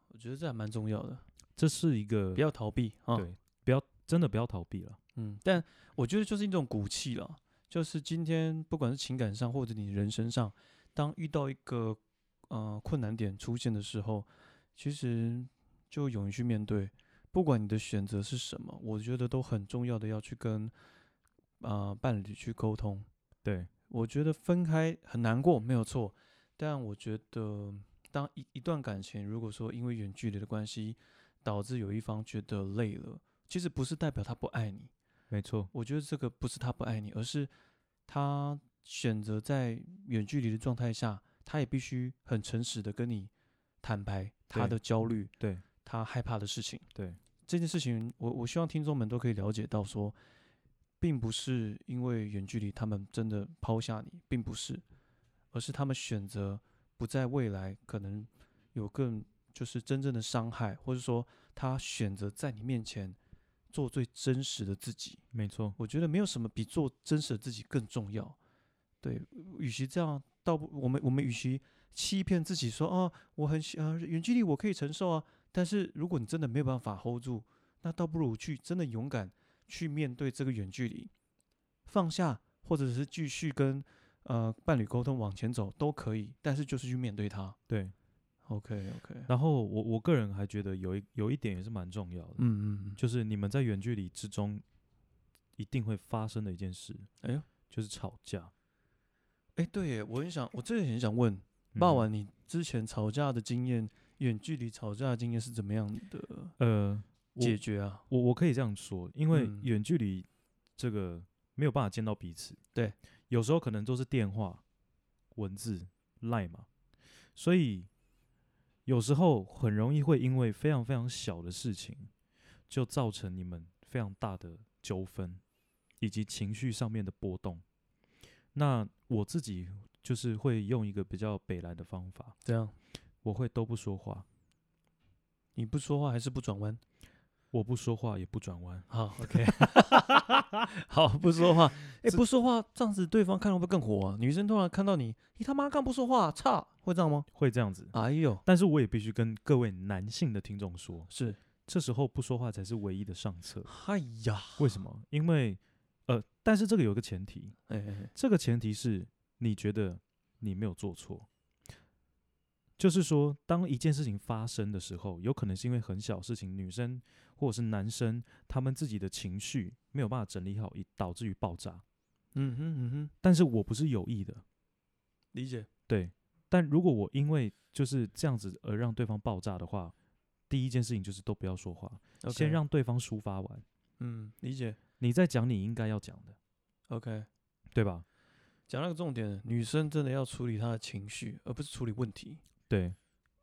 Speaker 1: 我觉得这还蛮重要的，
Speaker 2: 这是一个
Speaker 1: 不要逃避啊，
Speaker 2: 对，不要真的不要逃避了。
Speaker 1: 嗯，但我觉得就是一种骨气了，就是今天不管是情感上或者你人生上，当遇到一个呃困难点出现的时候，其实就勇于去面对，不管你的选择是什么，我觉得都很重要的要去跟呃伴侣去沟通。
Speaker 2: 对，
Speaker 1: 我觉得分开很难过，没有错。但我觉得，当一一段感情如果说因为远距离的关系，导致有一方觉得累了，其实不是代表他不爱你，
Speaker 2: 没错，
Speaker 1: 我觉得这个不是他不爱你，而是他选择在远距离的状态下，他也必须很诚实的跟你坦白他
Speaker 2: 对
Speaker 1: 的焦虑，
Speaker 2: 对
Speaker 1: 他害怕的事情。
Speaker 2: 对，
Speaker 1: 这件事情，我我希望听众们都可以了解到说，并不是因为远距离他们真的抛下你，并不是，而是他们选择不在未来可能有更就是真正的伤害，或者说他选择在你面前做最真实的自己。
Speaker 2: 没错，
Speaker 1: 我觉得没有什么比做真实的自己更重要。对，与其这样，倒不我们我们与其欺骗自己说啊，我很喜呃远距离我可以承受啊，但是如果你真的没有办法 hold 住，那倒不如去真的勇敢去面对这个远距离，放下或者是继续跟呃伴侣沟通往前走都可以，但是就是去面对它。
Speaker 2: 对。
Speaker 1: OK OK，嗯
Speaker 2: 然后我我个人还觉得有一有一点也是蛮重要的，
Speaker 1: 嗯嗯，
Speaker 2: 就是你们在远距离之中一定会发生的一件事，
Speaker 1: 哎呦，
Speaker 2: 就是吵架。
Speaker 1: 哎对耶，我很想，我真的很想问，爸
Speaker 2: 嗯
Speaker 1: 完，你之前吵架的经验，远距离吵架的经验是怎么样的
Speaker 2: 呃，我
Speaker 1: 解决啊？
Speaker 2: 我我可以这样说，因为
Speaker 1: 嗯
Speaker 2: 远距离这个没有办法见到彼此，
Speaker 1: 对，
Speaker 2: 有时候可能都是电话文字赖嘛，所以有时候很容易会因为非常非常小的事情，就造成你们非常大的纠纷，以及情绪上面的波动。那我自己就是会用一个比较北来的方法，
Speaker 1: 这样
Speaker 2: 我会都不说话，
Speaker 1: 你不说话还是不转弯？
Speaker 2: 我不说话也不转弯。
Speaker 1: 好，OK，好，不说 话。哎、
Speaker 2: 这
Speaker 1: 不说话，这样子对方看到会更火啊。女生突然看到你，你他妈干不说话，操，会这样吗？
Speaker 2: 会这样子。
Speaker 1: 哎呦，
Speaker 2: 但是我也必须跟各位男性的听众说，
Speaker 1: 是，
Speaker 2: 这时候不说话才是唯一的上策。
Speaker 1: 哎呀，
Speaker 2: 为什么？因为，呃，但是这个有一个前提，
Speaker 1: 哎、哎哎
Speaker 2: 这个前提是你觉得你没有做错。就是说，当一件事情发生的时候，有可能是因为很小的事情，女生或者是男生他们自己的情绪没有办法整理好，以导致于爆炸。
Speaker 1: 嗯哼嗯哼，
Speaker 2: 但是我不是有意的，
Speaker 1: 理解。
Speaker 2: 对，但如果我因为就是这样子而让对方爆炸的话，第一件事情就是都不要说话
Speaker 1: o
Speaker 2: 先让对方抒发完，
Speaker 1: 嗯理解。
Speaker 2: 你再讲你应该要讲的，
Speaker 1: OK，
Speaker 2: 对吧？
Speaker 1: 讲那个重点，女生真的要处理她的情绪，而不是处理问题。
Speaker 2: 对，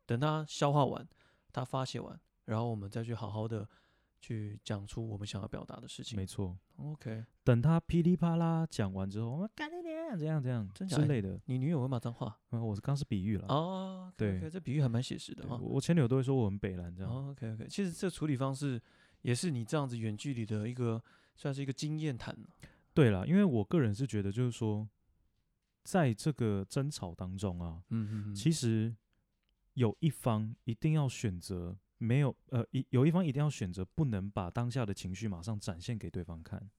Speaker 1: 等她消化完，她发泄完，然后我们再去好好的去讲出我们想要表达的事情
Speaker 2: 没。错。
Speaker 1: OK，
Speaker 2: 等他噼里啪啦讲完之后，我干你娘，怎样怎样
Speaker 1: 真假
Speaker 2: 之
Speaker 1: 的
Speaker 2: 类的。
Speaker 1: 你女友会骂脏话
Speaker 2: 嗯，我是刚是比喻了。
Speaker 1: 哦 o
Speaker 2: 对
Speaker 1: 这比喻还蛮写实的
Speaker 2: 对
Speaker 1: 哈
Speaker 2: 我。我前女友都会说我很北蓝这样。
Speaker 1: 哦，OK OK，其实这处理方式也是你这样子远距离的一个，算是一个经验谈了。
Speaker 2: 对了，因为我个人是觉得，就是说，在这个争吵当中啊，
Speaker 1: 嗯嗯
Speaker 2: 其实有一方一定要选择没有，呃，一有一方一定要选择不能把当下的情绪马上展现给对方看，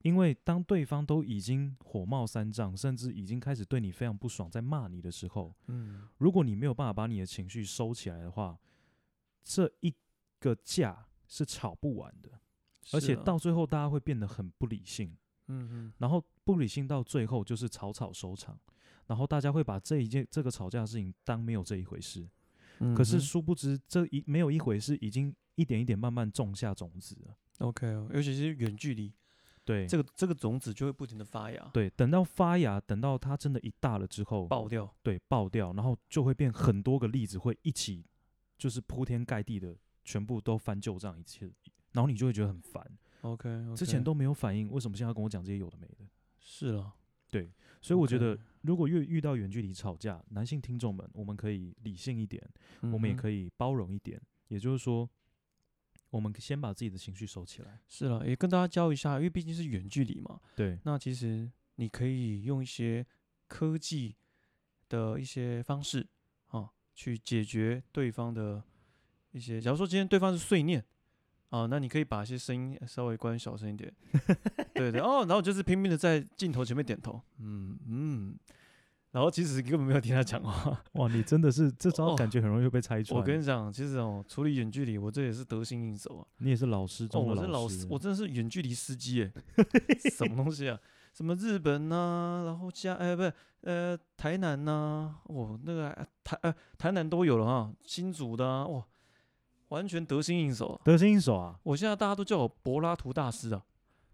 Speaker 2: 因为当对方都已经火冒三丈，甚至已经开始对你非常不爽，在骂你的时候，
Speaker 1: 嗯，
Speaker 2: 如果你没有办法把你的情绪收起来的话，这一个架是吵不完的，而
Speaker 1: 是
Speaker 2: 且
Speaker 1: 啊
Speaker 2: 到最后大家会变得很不理性。
Speaker 1: 嗯嗯
Speaker 2: 然后不理性到最后就是草草收场，然后大家会把这一件这个吵架的事情当没有这一回事。
Speaker 1: 嗯哼，
Speaker 2: 可是殊不知这一没有一回事，已经一点一点慢慢种下种子了。
Speaker 1: OK，哦尤其是远距离，
Speaker 2: 对，
Speaker 1: 这
Speaker 2: 个
Speaker 1: 个这个种子就会不停的发芽，
Speaker 2: 对，等到发芽，等到它真的一大了之后，
Speaker 1: 爆掉。
Speaker 2: 对爆掉，然后就会变很多个例子会一起，就是铺天盖地的全部都翻旧账一次，然后你就会觉得很烦。
Speaker 1: OK，, o k
Speaker 2: 之前都没有反应，为什么现在要跟我讲这些有的没的？
Speaker 1: 是了，
Speaker 2: 所以我觉
Speaker 1: OK
Speaker 2: 得，如果越遇到远距离吵架，男性听众们，我们可以理性一点，我们也
Speaker 1: 以
Speaker 2: 可以包容一点。也就是说，我们先把自己的情绪收起来。
Speaker 1: 是了，也跟大家教一下，因为毕竟是远距离嘛，
Speaker 2: 对，
Speaker 1: 那其实你可以用一些科技的一些方式啊，去解决对方的一些。假如说今天对方是碎念啊，那你可以把一些声音稍微关小声一 点，对对哦，然后就是拼命的在镜头前面点头，嗯嗯，然后其实根本没有听他讲话。
Speaker 2: 哇，你真的是这招
Speaker 1: 哦
Speaker 2: 感觉很容易被拆穿。
Speaker 1: 我 跟你讲，其实哦，处理远距离，我这也是得心应手啊。
Speaker 2: 你也是老师
Speaker 1: 哦，
Speaker 2: 中
Speaker 1: 我
Speaker 2: 的
Speaker 1: 是老
Speaker 2: 师
Speaker 1: 司，，我真的是远距离司机哎，什么东西啊？什么日本呐、然后加哎、不是呃台南呐、哦那个、啊、台呃台南都有了啊，新竹的啊，哇，完全得心应手啊！
Speaker 2: 得心应手啊，
Speaker 1: 我现在大家都叫我柏拉图大师啊，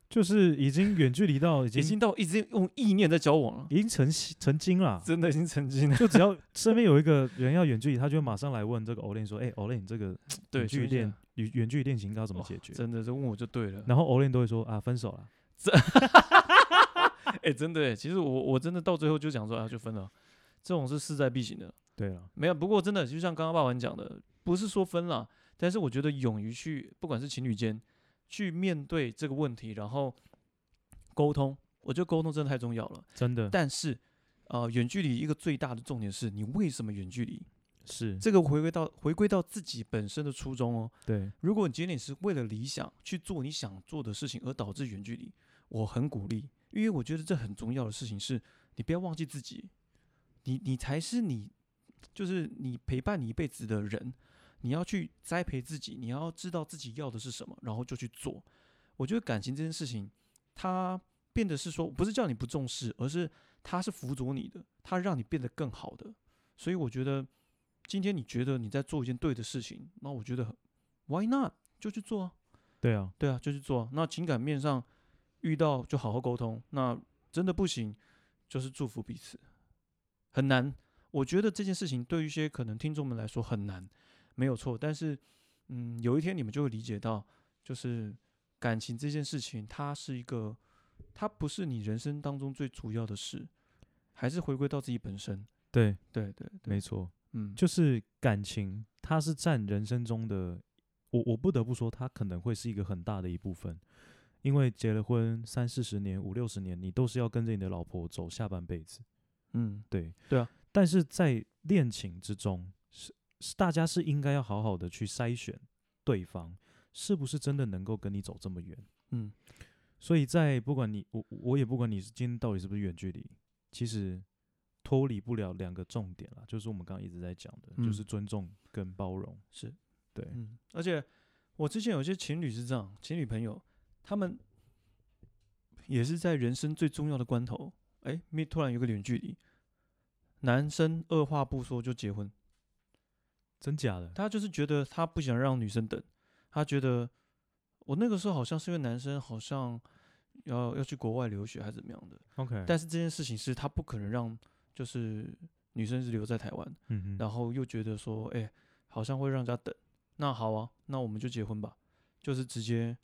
Speaker 2: 就是已经远距离到已经
Speaker 1: 已经到一直用意念在交往了，。
Speaker 2: 已经成系成精了
Speaker 1: 真的已经成精了。
Speaker 2: 就只要身边有一个人要远距离，他就会马上来问这个 Olen 说：“哎、o l e n 这个
Speaker 1: 对，
Speaker 2: 远距离
Speaker 1: 所以
Speaker 2: 恋远远距离恋情应该要怎么
Speaker 1: 哇
Speaker 2: 解决
Speaker 1: 真的是问我就对？”了。
Speaker 2: 然后 Olen 都会说：“啊，分手了。
Speaker 1: 哎、真的哎，其实我我真的到最后就想说啊，就分了，这种是势在必行的。”
Speaker 2: 对啊了，
Speaker 1: 没有，不过真的就像刚刚爸爸讲的，不是说分了，但是我觉得勇于去，不管是情侣间，去面对这个问题，然后沟通，我觉得沟通真的太重要了。
Speaker 2: 真的
Speaker 1: 但是，呃，远距离一个最大的重点是你为什么远距离？
Speaker 2: 是
Speaker 1: 这个回归到回归到自己本身的初衷哦。
Speaker 2: 对。
Speaker 1: 如果你仅仅是为了理想去做你想做的事情而导致远距离，我很鼓励，因为我觉得这很重要的事情是，你不要忘记自己，你你才是你，就是你陪伴你一辈子的人，你要去栽培自己，你要知道自己要的是什么，然后就去做。我觉得感情这件事情，它变得是说，不是叫你不重视，而是它是辅佐你的，它让你变得更好的。所以我觉得，今天你觉得你在做一件对的事情，那我觉得很 Why not？就去做啊，
Speaker 2: 对啊，
Speaker 1: 对啊，就去做啊。那情感面上遇到就好好沟通，那真的不行就是祝福彼此，很难。我觉得这件事情对于一些可能听众们来说很难，没有错。但是，嗯，有一天你们就会理解到，就是感情这件事情，它是一个，它不是你人生当中最主要的事，还是回归到自己本身。
Speaker 2: 对，
Speaker 1: 对对对，
Speaker 2: 没错，
Speaker 1: 嗯，
Speaker 2: 就是感情，它是占人生中的，我我不得不说，它可能会是一个很大的一部分，因为结了婚三四十年、五六十年，你都是要跟着你的老婆走下半辈子。
Speaker 1: 嗯，
Speaker 2: 对
Speaker 1: 对啊，
Speaker 2: 但是在恋情之中，是是大家是应该要好好的去筛选对方是不是真的能够跟你走这么远。
Speaker 1: 嗯，
Speaker 2: 所以在不管你我我也不管你是今天到底是不是远距离，其实脱离不了两个重点啦，就是我们刚刚一直在讲的，就
Speaker 1: 嗯
Speaker 2: 是尊重跟包容。
Speaker 1: 是，
Speaker 2: 对，
Speaker 1: 嗯，而且我之前有些情侣是这样，情侣朋友他们也是在人生最重要的关头，哎、面突然有个远距离，男生二话不说就结婚，
Speaker 2: 真假的？
Speaker 1: 他就是觉得他不想让女生等，他觉得我那个时候好像是因为男生好像要要去国外留学还是怎么样的，
Speaker 2: OK，
Speaker 1: 但是这件事情是他不可能让就是女生是留在台湾，
Speaker 2: 嗯哼，
Speaker 1: 然后又觉得说，哎、好像会让人家等。那好啊，那我们就结婚吧，就是直接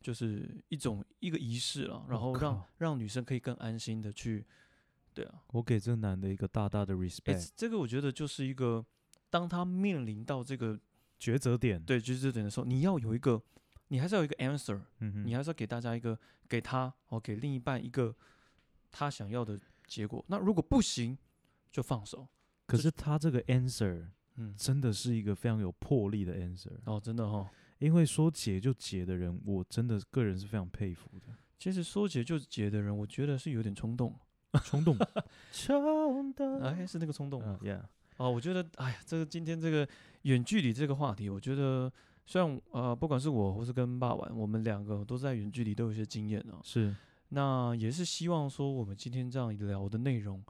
Speaker 1: 就是一种一个仪式了，然
Speaker 2: 我
Speaker 1: 后让
Speaker 2: 靠
Speaker 1: 让女生可以更安心的去，对啊，
Speaker 2: 我给这男的一个大大的
Speaker 1: 哎、
Speaker 2: respect，
Speaker 1: 这个我觉得就是一个，当他面临到这个
Speaker 2: 抉择点。，
Speaker 1: 对就是这点的时候，你要有一个，你还是要有一个 answer，
Speaker 2: 嗯哼，
Speaker 1: 你还是要给大家一个，给他哦，给另一半一个他想要的结果。那如果不行，就放手，
Speaker 2: 可是他这个 answer
Speaker 1: 嗯，
Speaker 2: 真的是一个非常有魄力的 answer，
Speaker 1: 哦，真的哦。
Speaker 2: 因为说解就解的人，我真的个人是非常佩服的。
Speaker 1: 其实说解就解的人，我觉得是有点冲动，
Speaker 2: 冲动，冲动
Speaker 1: 哎，是那个冲动吗
Speaker 2: 嗯、？y e a h
Speaker 1: 哦，我觉得，哎呀，这个今天这个远距离这个话题，我觉得虽然呃，不管是我或是跟爸玩，我们两个都在远距离都有一些经验啊。
Speaker 2: 是
Speaker 1: 那也是希望说我们今天这样聊的内容，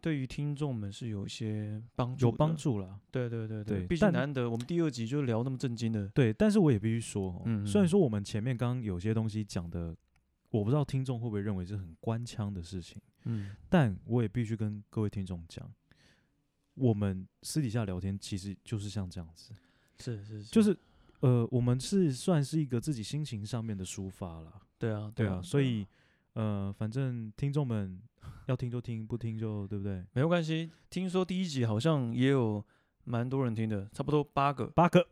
Speaker 1: 对于听众们是有一些帮助，
Speaker 2: 有帮。助啦。
Speaker 1: 对对对
Speaker 2: 对
Speaker 1: 毕竟
Speaker 2: 但
Speaker 1: 难得我们第二集就聊那么震惊的，
Speaker 2: 对，但是我也必须说、哦，
Speaker 1: 嗯
Speaker 2: 虽
Speaker 1: 嗯
Speaker 2: 然说我们前面刚刚有些东西讲的，我不知道听众会不会认为是很官腔的事情，
Speaker 1: 嗯，
Speaker 2: 但我也必须跟各位听众讲，我们私底下聊天其实就是像这样子，
Speaker 1: 是是是，
Speaker 2: 就是呃，我们是算是一个自己心情上面的抒发啦。
Speaker 1: 对啊
Speaker 2: 对
Speaker 1: 啊
Speaker 2: 啊，，所以呃，反正听众们要听就听，不听就对不对？
Speaker 1: 没有关系。听说第一集好像也有蛮多人听的，差不多八个，
Speaker 2: 八个，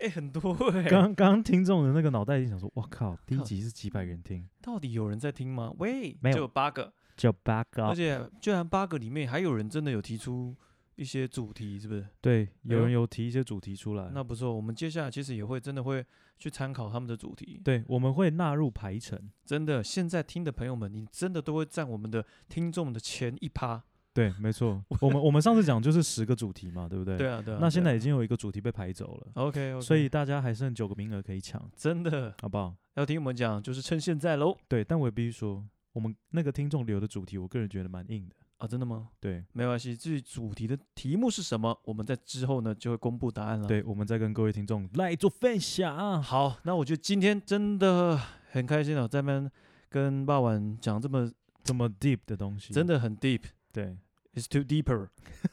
Speaker 1: 哎、很多哎、
Speaker 2: 刚刚刚听众的那个脑袋里想说，我靠，第一
Speaker 1: 靠
Speaker 2: 集是几百人听，
Speaker 1: 到底有人在听吗？喂，
Speaker 2: 没有啊
Speaker 1: 就有八个，
Speaker 2: 叫八
Speaker 1: 而
Speaker 2: 个，
Speaker 1: 且居然八个里面还有人真的有提出一些主题，是不是？
Speaker 2: 对，有
Speaker 1: 哎
Speaker 2: 人
Speaker 1: 呦
Speaker 2: 有提一些主题出来，
Speaker 1: 那不错，我们接下来其实也会真的会去参考他们的主题。
Speaker 2: 对，我们会纳入排程，
Speaker 1: 真的，现在听的朋友们，你真的都会占我们的听众的前一趴。
Speaker 2: 对，没错，我们我们上次讲就是十个主题嘛，对不对？
Speaker 1: 对啊，对啊。
Speaker 2: 那现
Speaker 1: 对
Speaker 2: 在
Speaker 1: 啊哦
Speaker 2: 已经有一个主题被排走了，
Speaker 1: OK，, o k
Speaker 2: 所以大家还剩九个名额可以抢，
Speaker 1: 真的
Speaker 2: 好不好？
Speaker 1: 要听我们讲，就是趁现在喽。
Speaker 2: 对，但我也必须说，我们那个听众留的主题，我个人觉得蛮硬的，
Speaker 1: 啊，真的吗？
Speaker 2: 对，
Speaker 1: 没关系，至于主题的题目是什么，我们在之后呢就会公布答案了。，
Speaker 2: 对，我们再跟各位听众来做分享。
Speaker 1: 好，那我觉得今天真的很开心哦，在那边跟爸晚讲这么
Speaker 2: 这么 deep 的东西，
Speaker 1: 真的很 deep。
Speaker 2: 对
Speaker 1: It's too deeper 。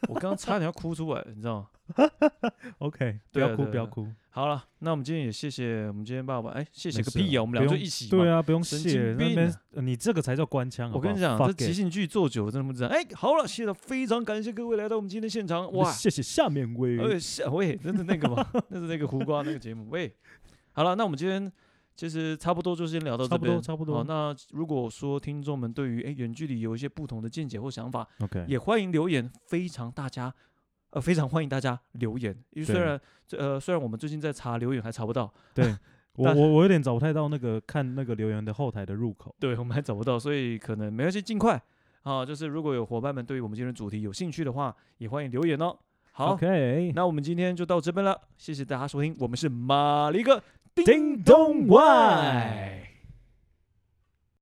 Speaker 1: 我刚刚差点要哭出来，你知道吗？
Speaker 2: ，OK，不
Speaker 1: 对啊
Speaker 2: 要哭，
Speaker 1: 对啊
Speaker 2: 不
Speaker 1: 对啊
Speaker 2: 要哭，
Speaker 1: 好了，那我们今天也谢谢我们今天爸爸，哎，谢谢
Speaker 2: 没
Speaker 1: 个
Speaker 2: 事
Speaker 1: 屁呀、
Speaker 2: 啊
Speaker 1: 我们
Speaker 2: 不
Speaker 1: 俩就
Speaker 2: 用
Speaker 1: 一起
Speaker 2: 对
Speaker 1: 嘛。
Speaker 2: 啊，不用
Speaker 1: 神
Speaker 2: 谢
Speaker 1: 经
Speaker 2: 那
Speaker 1: 病
Speaker 2: 边
Speaker 1: 啊，
Speaker 2: 呃你这个才叫官腔。好
Speaker 1: 我
Speaker 2: 不
Speaker 1: 跟你
Speaker 2: 好
Speaker 1: 讲，
Speaker 2: Fuck
Speaker 1: 这即
Speaker 2: it
Speaker 1: 兴剧做久了真的不知道。哎，好了，谢了，非常感谢各位来到我们今天现场。哇，
Speaker 2: 谢谢下面位。
Speaker 1: 呃，是喂，真的那个嘛， 那是那个胡瓜那个节目。喂，好了，那我们今天其实差不多就先聊到
Speaker 2: 差
Speaker 1: 这
Speaker 2: 不多
Speaker 1: 边，
Speaker 2: 差不多
Speaker 1: 好，那如果说听众们对于哎远距离有一些不同的见解或想法，
Speaker 2: OK，
Speaker 1: 也欢迎留言，非常大家。呃，非常欢迎大家留言，因为虽
Speaker 2: 对
Speaker 1: 然这呃，虽然我们最近在查留言还查不到，
Speaker 2: 我我我有点找不太到那个看那个留言的后台的入口。
Speaker 1: 对我们还找不到，所以可能没关系，尽快啊。就是如果有伙伴们对于我们今天的主题有兴趣的话，也欢迎留言哦。好
Speaker 2: OK，
Speaker 1: 那我们今天就到这边了，谢谢大家收听，我们是马力哥，
Speaker 2: 叮咚外。